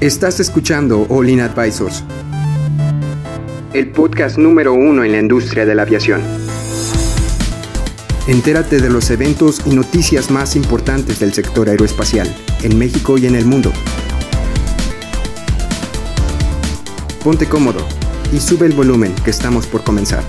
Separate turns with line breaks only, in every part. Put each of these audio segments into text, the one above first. Estás escuchando All In Advisors, el podcast número uno en la industria de la aviación. Entérate de los eventos y noticias más importantes del sector aeroespacial, en México y en el mundo. Ponte cómodo y sube el volumen que estamos por comenzar.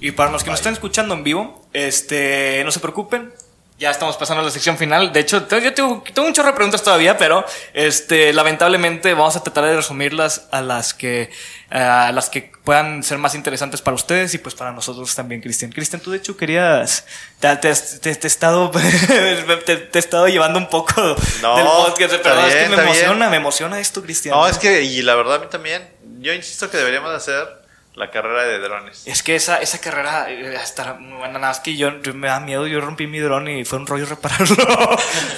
Y para los que nos están escuchando en vivo, este, no se preocupen. Ya estamos pasando a la sección final. De hecho, te- yo tengo, tengo un chorro de preguntas todavía, pero este, lamentablemente vamos a tratar de resumirlas a las que, a las que puedan ser más interesantes para ustedes y pues para nosotros también, Cristian. Cristian, tú de hecho querías, te, te- te- te he estado, te, te he estado llevando un poco
No,
del podcast,
está
pero es que
bien,
me
está bien.
emociona, me emociona esto, Cristian.
No, es que, y la verdad a mí también, yo insisto que deberíamos hacer la carrera de drones.
Es que esa, esa carrera eh, estará muy buena. Nada más que yo, yo me da miedo. Yo rompí mi dron y fue un rollo repararlo. Fue-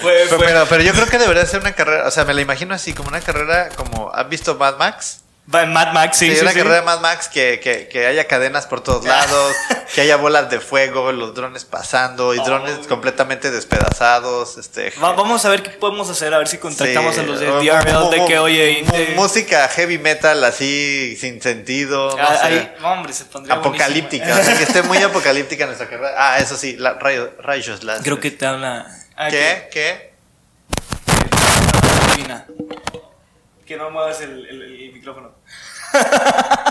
Pero,
fue-
pero, pero yo creo que debería ser una carrera, o sea, me la imagino así, como una carrera como, ¿han visto Mad Max?
Va en Mad Max, sí.
Sí,
sí,
una
sí.
carrera de Mad Max que, que- que haya cadenas por todos lados, que haya bolas de fuego, los drones pasando y
Oh.
drones completamente despedazados, este...
Va- vamos a ver qué podemos hacer. A ver si contactamos
sí,
a los de
o-
DRL
o-
de
o-
que, oye.
mu-
eh,
música heavy metal así, sin sentido. no
ah,
sé.
ahí- no, hombre, se pondría
Apocalíptica, o
buenísimo.
sea, que este esté muy apocalíptica nuestra carrera. Ah, eso sí, la, rayo- rayos láser.
Creo que te habla. ah,
¿Qué? ¿Qué?
que- Divina. Que no muevas el, el- el micrófono.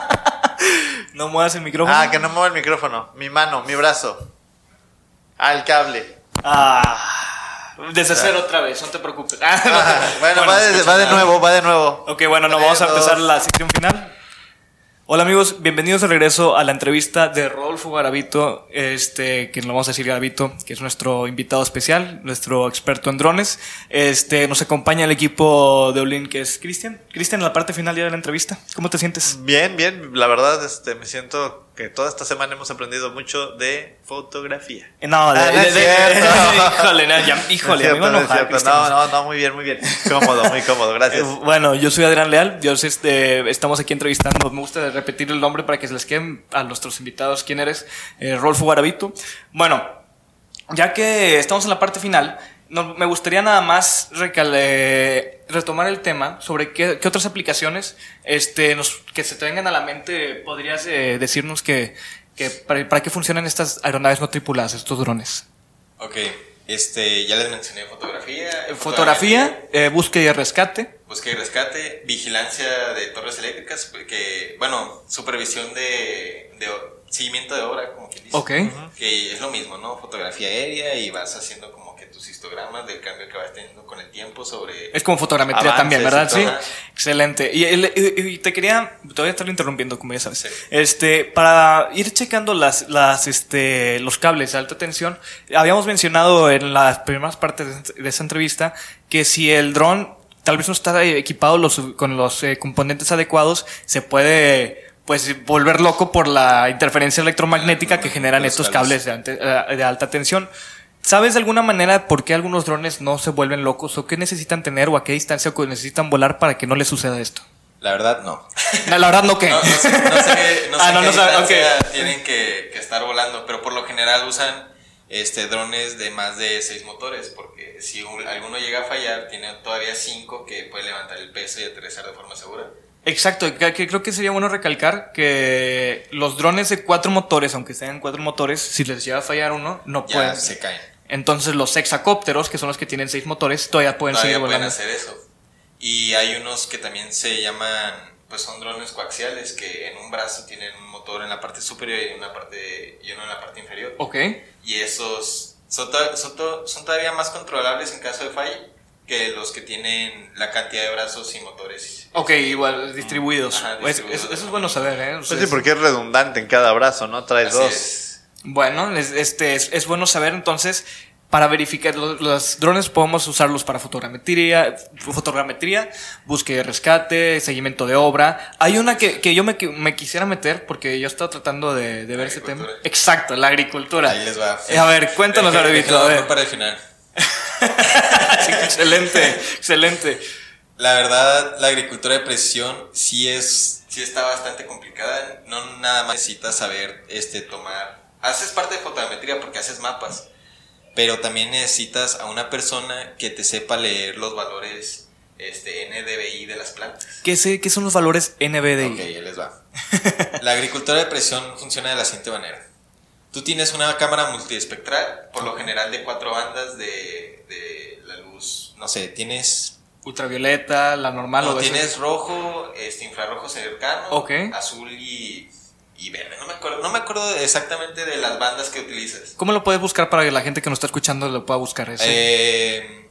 no muevas el micrófono.
Ah, que no mueva el micrófono. Mi mano, mi brazo. Ah, el cable.
Ah, deshacer otra vez, no te preocupes. Ah, no te-
Ah, bueno, va, de, va de
escucha.
nuevo, va de nuevo.
Ok, bueno, no,
Tres,
vamos a
dos.
empezar la sección final. Hola amigos, bienvenidos de regreso a la entrevista de Rodolfo Garavito, este, que lo vamos a decir Garavito, que es nuestro invitado especial, nuestro experto en drones. Este, nos acompaña el equipo de Olin, que es Cristian. Cristian, en la parte final ya de la entrevista, ¿cómo te sientes?
Bien, bien. La verdad, este, me siento que toda esta semana hemos aprendido mucho de fotografía.
Eh, No, de-
Ah, no
de-
es
de-
cierto.
híjole, no, ya- híjole,
No es
me iba a
cierto, no es
enojar,
cierto.
Cristian,
no, no, no, muy bien, muy bien. Cómodo, muy cómodo,
Eh,
gracias.
Bueno, yo soy Adrián Leal, yo soy este, estamos aquí entrevistando, me gusta repetir el nombre para que se les queden a nuestros invitados quién eres, eh, Rolfo Garavito. Bueno, ya que estamos en la parte final, no- me gustaría nada más recal- eh, retomar el tema sobre qué, qué otras aplicaciones este, nos- que se te vengan a la mente podrías eh, decirnos que, que para, para qué funcionan estas aeronaves no tripuladas, estos drones.
Ok, este, ya les mencioné fotografía.
Eh, Fotografía, eh, búsqueda y rescate.
Búsqueda y rescate, vigilancia de torres eléctricas, que, bueno, supervisión de, de o- seguimiento de obra, como quien dice.
Ok. Ujú.
Que es lo mismo, ¿no? Fotografía aérea y vas haciendo como que tus histogramas del cambio que vas teniendo con el tiempo sobre...
Es como fotogrametría
Avances
también,
y
¿verdad?
todo,
Sí.
ajá.
Excelente. Y, el- y- y te quería, te voy a estar interrumpiendo, como ya sabes.
Sí.
Este, para ir checando las, las, este, los cables de alta tensión, habíamos mencionado en las primeras partes de esa entrevista que si el dron tal vez no está eh, equipado los, con los eh, componentes adecuados, se puede pues volver loco por la interferencia electromagnética que generan
Los
estos cables
cables.
de, ante- eh, de alta tensión. ¿Sabes de alguna manera por qué algunos drones no se vuelven locos o qué necesitan tener o a qué distancia co- necesitan volar para que no les suceda esto?
La verdad, no.
No, la verdad no que.
No, no sé, no sé, no sé
Ah, no,
qué
no sabe,
distancia
ok.
tienen que, que estar volando, pero por lo general usan este drones de más de seis motores, porque si un- alguno llega a fallar, tiene todavía cinco que puede levantar el peso y aterrizar de forma segura.
Exacto, que- que creo que sería bueno recalcar que los drones de cuatro motores, aunque sean cuatro motores, si les llega a fallar uno, no
Ya
pueden.
se caen.
Entonces los hexacópteros, que son los que tienen seis motores, todavía pueden
Todavía
seguir
pueden
volando.
hacer eso. Y hay unos que también se llaman, pues son drones coaxiales, que en un brazo tienen un motor en la parte superior y, una parte, y uno en la parte inferior.
Ok.
Y esos son, to- son to- son todavía más controlables en caso de falla que los que tienen la cantidad de brazos y motores.
Ok, igual, distribuidos.
Ajá,
Pues,
distribuidos.
eso, eso es bueno saber, ¿eh? O sea,
Pues sí,
es-
porque es redundante en cada brazo, ¿no? Traes
Así
dos.
es.
Bueno, es, este, es, es bueno saber entonces para verificar lo- los, drones podemos usarlos para fotogrametría, fotogrametría, búsqueda y rescate, seguimiento de obra. Hay una que, que yo me, qui- me quisiera meter porque yo estaba tratando de, de ver ese tema.
Agricultura.
Exacto, la agricultura.
Ahí les va.
Eh, A ver, cuéntanos,
Dejen-
Arbito. A
dejen-
ver.
para el final.
Sí, excelente, excelente.
La verdad, la agricultura de precisión sí es, sí está bastante complicada. No nada más necesitas saber, este, tomar. Haces parte de fotometría porque haces mapas. pero también necesitas a una persona que te sepa leer los valores este, NDBI de las plantas.
¿Qué, sé, qué son los valores NBDI?
Ok, ya les va. La agricultura de presión funciona de la siguiente manera. Tú tienes una cámara multiespectral, por lo general de cuatro bandas de, de la luz, no sé, tienes...
Ultravioleta, la normal
no,
o esa-
tienes rojo, este, infrarrojo cercano,
Ok.
azul y, y verde. No me, acuerdo, no me acuerdo exactamente de las bandas que utilizas.
¿Cómo lo puedes buscar para que la gente que nos está escuchando lo pueda buscar? eso?
Eh,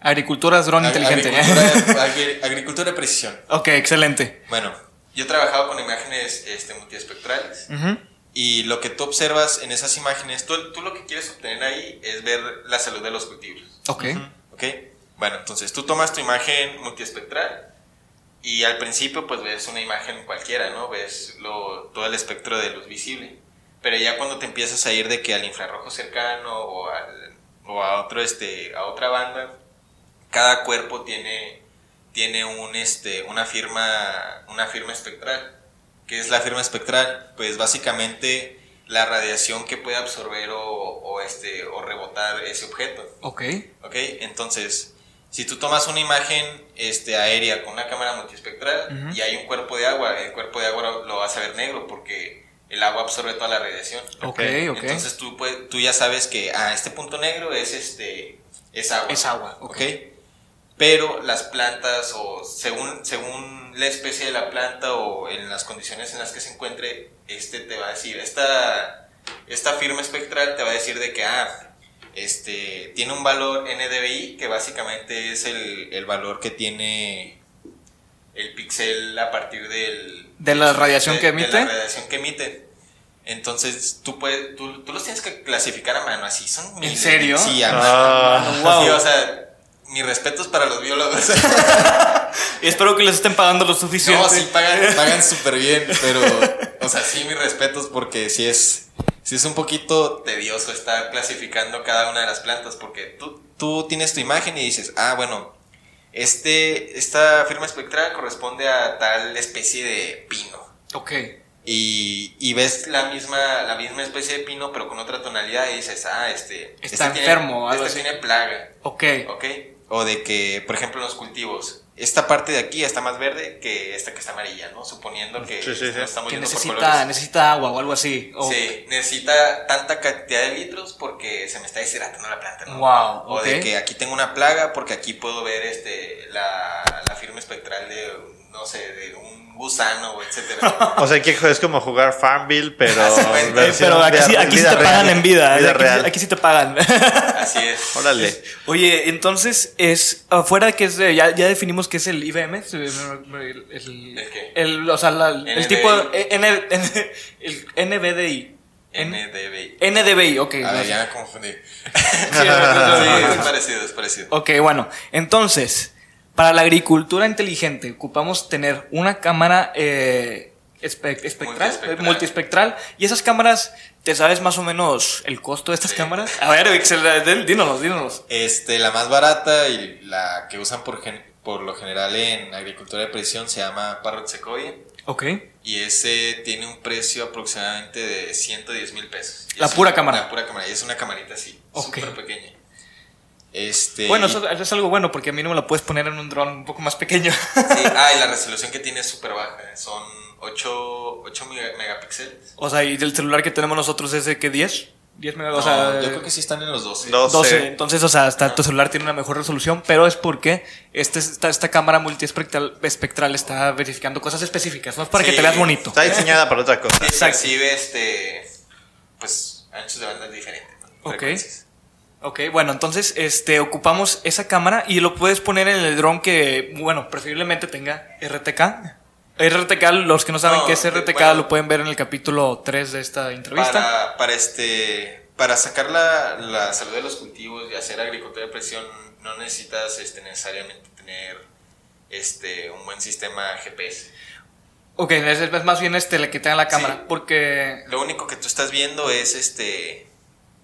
Agricultura es dron
ag-
inteligente.
Agricultura, agri- agricultura de precisión.
ok, excelente.
Bueno, yo he trabajado con imágenes este, multiespectrales
Ujú.
y lo que tú observas en esas imágenes, tú, tú lo que quieres obtener ahí es ver la salud de los cultivos.
Ok.
¿Ok? Bueno, entonces tú tomas tu imagen multiespectral y al principio pues ves una imagen cualquiera, ¿no? Ves lo, todo el espectro de luz visible. Pero ya cuando te empiezas a ir de que al infrarrojo cercano o, al- o a, otro, este, a otra banda, cada cuerpo tiene, tiene un, este, una, firma, una firma espectral. ¿Qué es la firma espectral? Pues básicamente la radiación que puede absorber o, o, este, o rebotar ese objeto.
Ok.
¿Ok? Entonces, si tú tomas una imagen este, aérea con una cámara multiespectral
Ujú.
y hay un cuerpo de agua, el cuerpo de agua lo- lo vas a ver negro porque el agua absorbe toda la radiación.
Ok, ok.
Entonces tú, puedes- tú ya sabes que ah, este punto negro es, este, es agua.
Es agua, ok.
Pero las plantas o según, según la especie de la planta o en las condiciones en las que se encuentre, este te va a decir, esta, esta firma espectral te va a decir de que, ah, este, tiene un valor NDVI que básicamente es el, el valor que tiene el píxel a partir del...
¿De la radiación que
de
emite?
la radiación que emite. Entonces tú, puedes, tú, tú los tienes que clasificar a mano, así son miles.
serio?
Sí, a mano.
Ah,
Wow.
Sí, o sea, mis respetos para los biólogos.
Espero que les estén pagando lo suficiente.
no, sí pagan, pagan súper bien, pero, o sea, sí mis respetos porque sí es, sí es un poquito tedioso estar clasificando cada una de las plantas porque tú, tú tienes tu imagen y dices, ah, bueno, este, esta firma espectral corresponde a tal especie de pino.
Ok.
Y, y ves la misma, la misma especie de pino, pero con otra tonalidad, y dices, ah, este. este
Está
tiene-
enfermo o algo
este
así.
tiene plaga.
Ok.
¿ok? O de que, por ejemplo, en los cultivos, esta parte de aquí está más verde que esta que está amarilla, ¿no? Suponiendo que
Sí, sí, sí.
nos estamos
Que
yendo por
necesita,
colores.
necesita agua o algo así. O-
Sí, necesita tanta cantidad de litros porque se me está deshidratando la planta, ¿no?
Wow,
O
ok.
de que aquí tengo una plaga porque aquí puedo ver este la, la firma espectral de, no sé, de un gusano, o etcétera.
O sea, que es como jugar Farmville, pero.
Ah, sí, güey.
Eh,
versión
pero aquí,
vida-
sí- aquí sí
vida
te
real.
pagan en vida. eh,
Vida
aquí, sí-
real.
aquí sí te pagan.
Así es.
Órale.
Oye, entonces es afuera que es de- ya, ya definimos que es el IBM, es el, el- el-
¿El qué?
el- o sea, la- el
NDI.
tipo eh, N- N- el NBDI. N- Ah,
NDBI.
NDBI, ok.
A ver,
Sí,
ya me confundí. Sí, es
sí, sí.
parecido, es parecido.
ok, bueno, entonces, para la agricultura inteligente ocupamos tener una cámara eh, espe- espectral,
Multiespectral.
eh, multiespectral, y esas cámaras, ¿te sabes más o menos el costo de estas
Sí.
cámaras? A ver, Excel, dínoslos, dínoslos.
Este, la más barata y la que usan por, gen- por lo general en agricultura de precisión se llama Parrot Sequoia
Ok,
y ese tiene un precio aproximadamente de 110 mil pesos. Y
La
es
pura
una-
cámara.
La pura cámara, y es una camarita así,
Ok.
súper pequeña. Este,
Bueno,
y-
eso, eso es algo bueno porque a mí no me lo puedes poner en un dron un poco más pequeño.
sí, ah, y la resolución que tiene es súper baja, son 8, 8 megapíxeles.
o sea, y el celular que tenemos nosotros es de que 10, 10 mega- o
No,
sea,
yo creo que sí están en los 12.
Dos.
12.
12.
Entonces, o sea, hasta tu celular tiene una mejor resolución, pero es porque este, esta, esta cámara multiespectral espectral está verificando cosas específicas, no es para que
Sí.
te veas bonito.
Está diseñada para otra cosa.
Sí,
Exacto.
Recibe este, pues, anchos de banda diferentes. ¿no?
Ok.
Frecuencias.
Ok, bueno, entonces este, ocupamos esa cámara y lo puedes poner en el dron que, bueno, preferiblemente tenga RTK. RTK, los que no saben
No,
qué es
eh,
RTK,
bueno.
lo pueden ver en el capítulo 3 de esta entrevista.
para, para este para sacar la, la salud de los cultivos y hacer agricultura de presión no necesitas este, necesariamente tener este un buen sistema GPS.
Ok, es, es más bien este, la que tenga la cámara,
Sí.
porque...
Lo único que tú estás viendo es este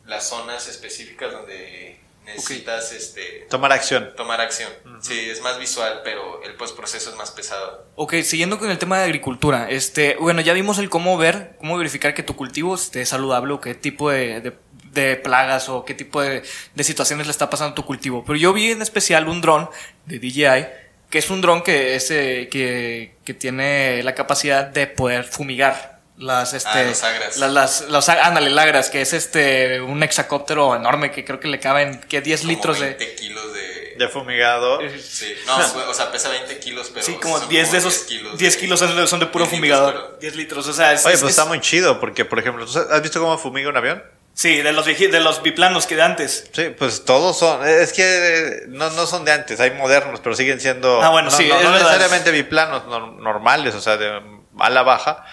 las zonas específicas donde necesitas este
Tomar acción.
tomar acción. Sí, es más visual, pero el postproceso es más pesado.
Ok, siguiendo con el tema de agricultura, este, bueno, ya vimos el cómo ver, cómo verificar que tu cultivo esté saludable o qué tipo de, de- de plagas o qué tipo de, de situaciones le está pasando a tu cultivo. Pero yo vi en especial un dron de DJI, que es un dron que, es, eh, que, que tiene la capacidad de poder fumigar las este
Ah, los agras.
las, las- los ag- ándale, lagras, que es este un hexacóptero enorme que creo que le caben que 10
Como
litros de
20 kilos de...
De fumigador.
Sí, no, o sea, pesa 20 kilos, pero...
Sí, como
son
10 de esos 10 kilos son de, son de puro
10 litros,
fumigador.
pero-
10 litros, o sea, es,
Oye,
es-
pues
es-
está muy chido porque, por ejemplo, ¿tú sabes- ¿has visto cómo fumiga un avión?
Sí, de los, vieji- de los biplanos que de antes.
Sí, pues todos son. Es que eh, no, no son de antes, hay modernos, pero siguen siendo.
Ah, bueno,
no,
sí,
no-
es
no
verdad.
necesariamente biplanos nor- normales, o sea, de ala baja.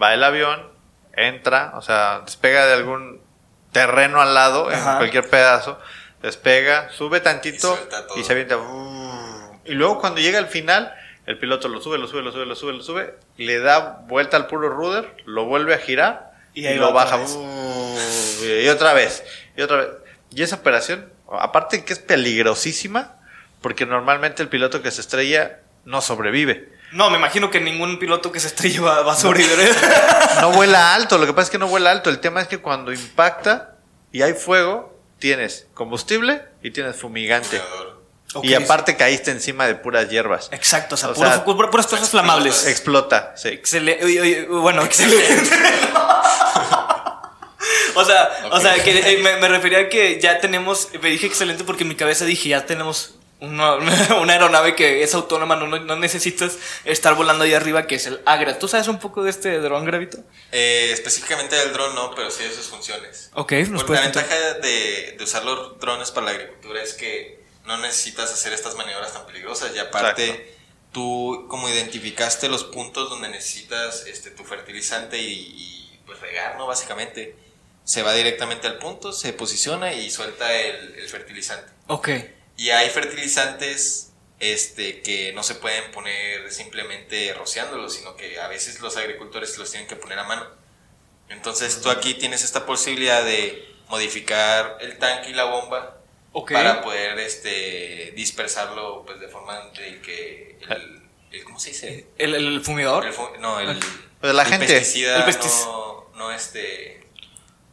Va el avión, entra, o sea, despega de algún terreno al lado, en
Ajá.
cualquier pedazo, despega, sube tantito
Y suelta todo.
y, se avienta. ¡uh! Y luego cuando llega al final, el piloto lo sube, lo sube, lo sube, lo sube, lo sube, le da vuelta al puro rudder, lo vuelve a girar
Y
y,
ahí va
lo
otra
baja.
vez.
¡uh! y otra vez, y otra vez. Y esa operación, aparte que es peligrosísima, porque normalmente el piloto que se estrella no sobrevive.
No, me imagino que ningún piloto que se estrelle va, va a sobrevivir.
No vuela alto, lo que pasa es que no vuela alto. El tema es que cuando impacta y hay fuego, tienes combustible y tienes fumigante.
Fumigador.
Ok,
y aparte caíste encima de puras hierbas.
Exacto, o sea,
O
puro
sea,
fu- pu- puras cosas flamables.
Explota, sí.
Excelente. Oye, oye, Bueno, excelente. O sea, o
Ok.
sea que, eh, me, me refería a que ya tenemos, me dije excelente porque en mi cabeza dije, ya tenemos una, una aeronave que es autónoma, no, no- no necesitas estar volando ahí arriba, que es el Agra. ¿Tú sabes un poco de este dron, Gravito?
Eh, específicamente del dron no, pero sí de sus funciones.
Ok, nos
Bueno,
puedes
la
contar.
ventaja de, de usar los drones para la agricultura es que no necesitas hacer estas maniobras tan peligrosas y aparte
Exacto.
tú como identificaste los puntos donde necesitas este, tu fertilizante y, y, pues regar, ¿no? Básicamente se va directamente al punto, se posiciona y suelta el, el fertilizante.
Ok,
Y hay fertilizantes este, que no se pueden poner simplemente rociándolos, sino que a veces los agricultores los tienen que poner a mano. Entonces tú aquí tienes esta posibilidad de modificar el tanque y la bomba
ok.
para poder este, dispersarlo pues, de forma de que
Ah.
el, el- ¿cómo se dice?
¿El, el fumigador?
El fu- no, el,
Pues la
el
gente.
pesticida
El pestis-
no, no, este,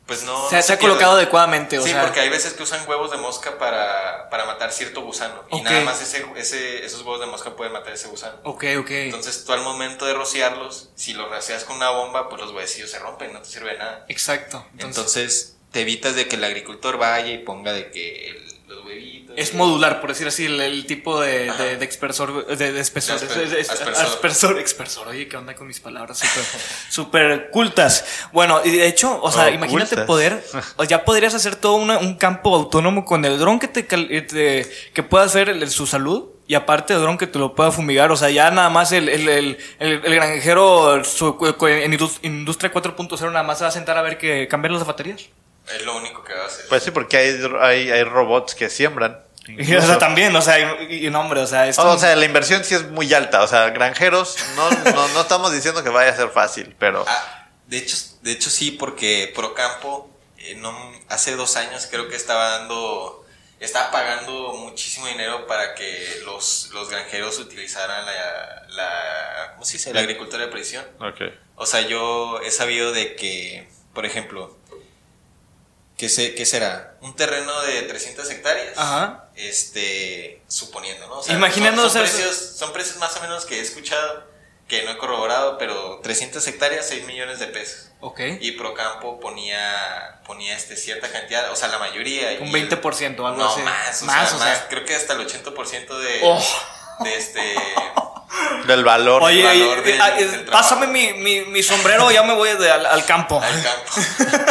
pues no...
se,
no
se ha
pierda.
colocado adecuadamente, Este, o
Sí,
sea.
porque hay veces que usan huevos de mosca para, para matar cierto gusano. Y
Ok.
nada más ese, ese- esos huevos de mosca pueden matar ese gusano.
Ok, ok.
Entonces tú al momento de rociarlos, si los rocias con una bomba, pues los huevecillos se rompen, no te sirve de nada.
Exacto. Entonces,
Entonces te evitas de que el agricultor vaya y ponga de que el- los huevitos...
es
y-
modular, por decir así, el, el tipo de,
Ajá.
de, de expersor, de, de espesor,
De
es-
asper-
es- es-
aspersor.
aspersor, expersor. Oye, ¿qué onda con mis palabras? Súper, súper cultas. Bueno, y de hecho, o sea,
Oh,
imagínate
cultas.
poder, o ya podrías hacer todo una- un campo autónomo con el dron que te, cal- eh, te- que pueda hacer el- su salud. Y aparte el dron que te lo pueda fumigar, o sea, ya nada más el, el, el, el- el granjero su- cu- cu- en indus- Industria 4.0 nada más se va a sentar a ver que cambiar las baterías.
Es lo único que va a hacer.
Pues sí, porque hay, hay, hay robots que siembran.
O sea,
incluso. Oh,
también, o sea, y, y no, hombre, o sea, esto-
O sea, la inversión sí es muy alta. O sea, granjeros, no, no, no estamos diciendo que vaya a ser fácil, pero.
Ah, de hecho, de hecho sí, porque Procampo eh, no, hace dos años creo que estaba dando, estaba pagando muchísimo dinero para que los, los granjeros utilizaran la, la, ¿cómo se dice? La agricultura de precisión.
Ok.
O sea, yo he sabido de que, por ejemplo, ¿qué, se, qué será? Un terreno de 300 hectáreas.
Ajá.
Este, suponiendo, ¿no? O sea,
Imaginando,
son, son
o sea,
precios, son precios más o menos que he escuchado, que no he corroborado, pero 300 hectáreas, 6 millones de pesos.
Ok.
Y Procampo ponía, ponía este, cierta cantidad, o sea, la mayoría.
Un
y-
20% o algo
no,
así.
más, o
Más,
sea,
o sea.
más, creo que hasta el 80% de,
Oh.
de este...
Del valor.
Oye,
valor
oye,
del-
ah,
del
eh,
trabajo.
pásame mi, mi, mi sombrero, ya me voy de al, al campo.
al campo.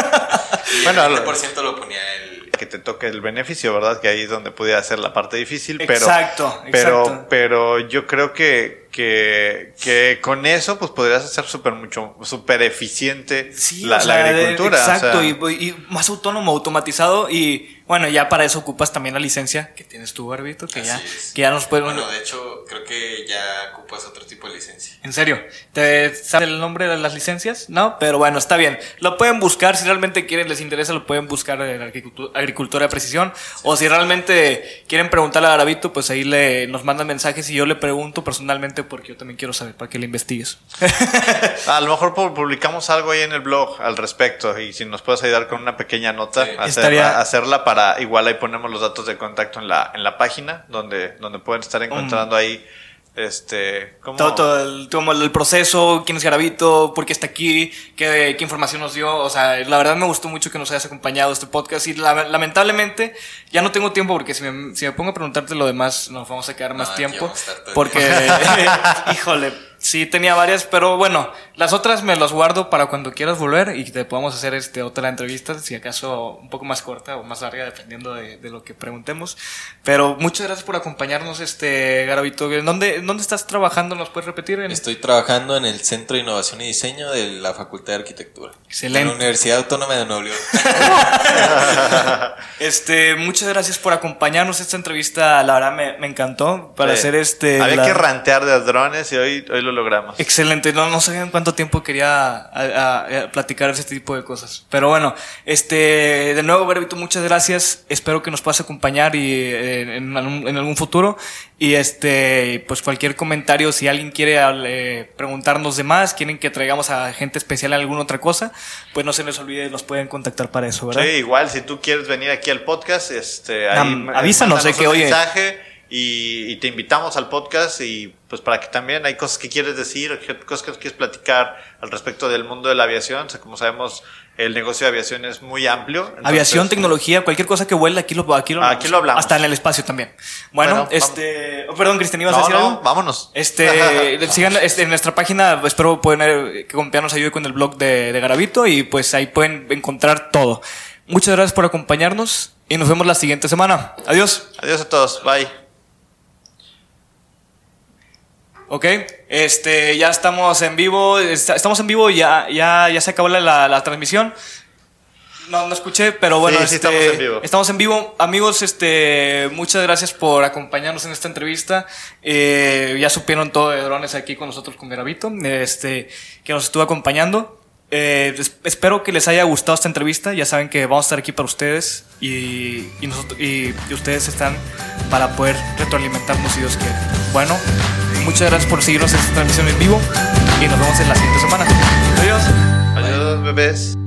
Y
Bueno,
el
lo-
20% lo ponía el,
que te toque el beneficio, ¿verdad? Que ahí es donde pudiera ser la parte difícil, pero.
Exacto,
Pero,
exacto.
pero yo creo que, que, que con eso, pues podrías hacer súper mucho, súper eficiente
Sí,
la,
o
la
sea, de-
agricultura. o
Exacto,
sea,
y, y más autónomo, automatizado y Bueno, ya para eso ocupas también la licencia que tienes tú, Barbito, que,
Así
ya,
es.
que ya nos puedes...
Bueno, de hecho, creo que ya ocupas otro tipo de licencia.
En serio, ¿te sabes el nombre de las licencias? No, pero bueno, está bien. Lo pueden buscar, si realmente quieren, les interesa, lo pueden buscar en Agricultu- Agricultura de Precisión. O si realmente quieren preguntarle a Arabito, pues ahí le, nos mandan mensajes y yo le pregunto personalmente porque yo también quiero saber para que le investigues.
A lo mejor pu- publicamos algo ahí en el blog al respecto y si nos puedes ayudar con una pequeña nota,
Sí.
hacer-
Estaría-
hacerla para igual ahí ponemos los datos de contacto en la, en la página donde, donde pueden estar encontrando ahí este ¿cómo?
Todo, todo el, como el proceso, quién es Garavito, por qué está aquí, qué, qué información nos dio. O sea, la verdad me gustó mucho que nos hayas acompañado a este podcast. Y la- lamentablemente ya no tengo tiempo porque si me, si me pongo a preguntarte lo demás, nos vamos a quedar más
aquí
tiempo.
vamos a estar todo el
Porque, híjole, sí tenía varias, pero bueno, las otras me las guardo para cuando quieras volver y te podamos hacer este, otra entrevista, si acaso un poco más corta o más larga, dependiendo de, de lo que preguntemos. Pero muchas gracias por acompañarnos, este Garavito. ¿En ¿Dónde, en dónde estás trabajando? ¿Nos puedes repetir? En-
Estoy trabajando en el Centro de Innovación y Diseño de la Facultad de Arquitectura.
Excelente.
En la Universidad Autónoma de Nuevo León.
Este, muchas gracias por acompañarnos. Esta entrevista, la verdad, me, me encantó para
Sí.
hacer este.
Eh, Había
la-
que rantear de drones y hoy, hoy lo logramos.
Excelente, no, no sabían cuánto tiempo quería a- a- a platicar este tipo de cosas. Pero bueno, este, de nuevo, Berbito, muchas gracias. Espero que nos puedas acompañar y, eh, en, algún, en algún futuro. Y este, pues cualquier comentario, si alguien quiere al- eh, preguntarnos de más, quieren que traigamos a gente especial en alguna otra cosa, pues no se les olvide, nos pueden contactar para eso, ¿verdad?
Sí, igual si tú quieres venir aquí al podcast, este, ahí
Am-
m-
avísanos
mándanos
de que,
un
oye-
mensaje y, y te invitamos al podcast y pues para que también hay cosas que quieres decir, que- cosas que quieres platicar al respecto del mundo de la aviación. O sea, como sabemos, el negocio de aviación es muy amplio. entonces-
Aviación, tecnología, cualquier cosa que vuela, aquí lo, aquí lo,
Aquí lo hablamos.
Hasta en el espacio también. Bueno,
Bueno, vamos.
este, oh, perdón, Cristian, ¿ibas a
No,
decir
no,
algo?
vámonos.
Este, sigan este, en nuestra página, espero pueden eh, que Compear nos ayude con el blog de, de Garavito y pues ahí pueden encontrar todo. Muchas gracias por acompañarnos y nos vemos la siguiente semana. Adiós.
Adiós a todos. Bye.
Ok, este, ya estamos en vivo, esta- estamos en vivo, ya, ya, ya se acabó la, la- la transmisión. No, no escuché, pero bueno,
Sí, sí,
este,
estamos en vivo.
estamos en vivo. Amigos, este, muchas gracias por acompañarnos en esta entrevista. Eh, ya supieron todo de drones aquí con nosotros con Garavito, este, que nos estuvo acompañando. Eh, es- espero que les haya gustado esta entrevista. Ya saben que vamos a estar aquí para ustedes y, y, nosotros, y, y ustedes están para poder retroalimentarnos si Dios quiere. Bueno, muchas gracias por seguirnos en esta transmisión en vivo y nos vemos en la siguiente semana. Adiós.
Adiós, bebés.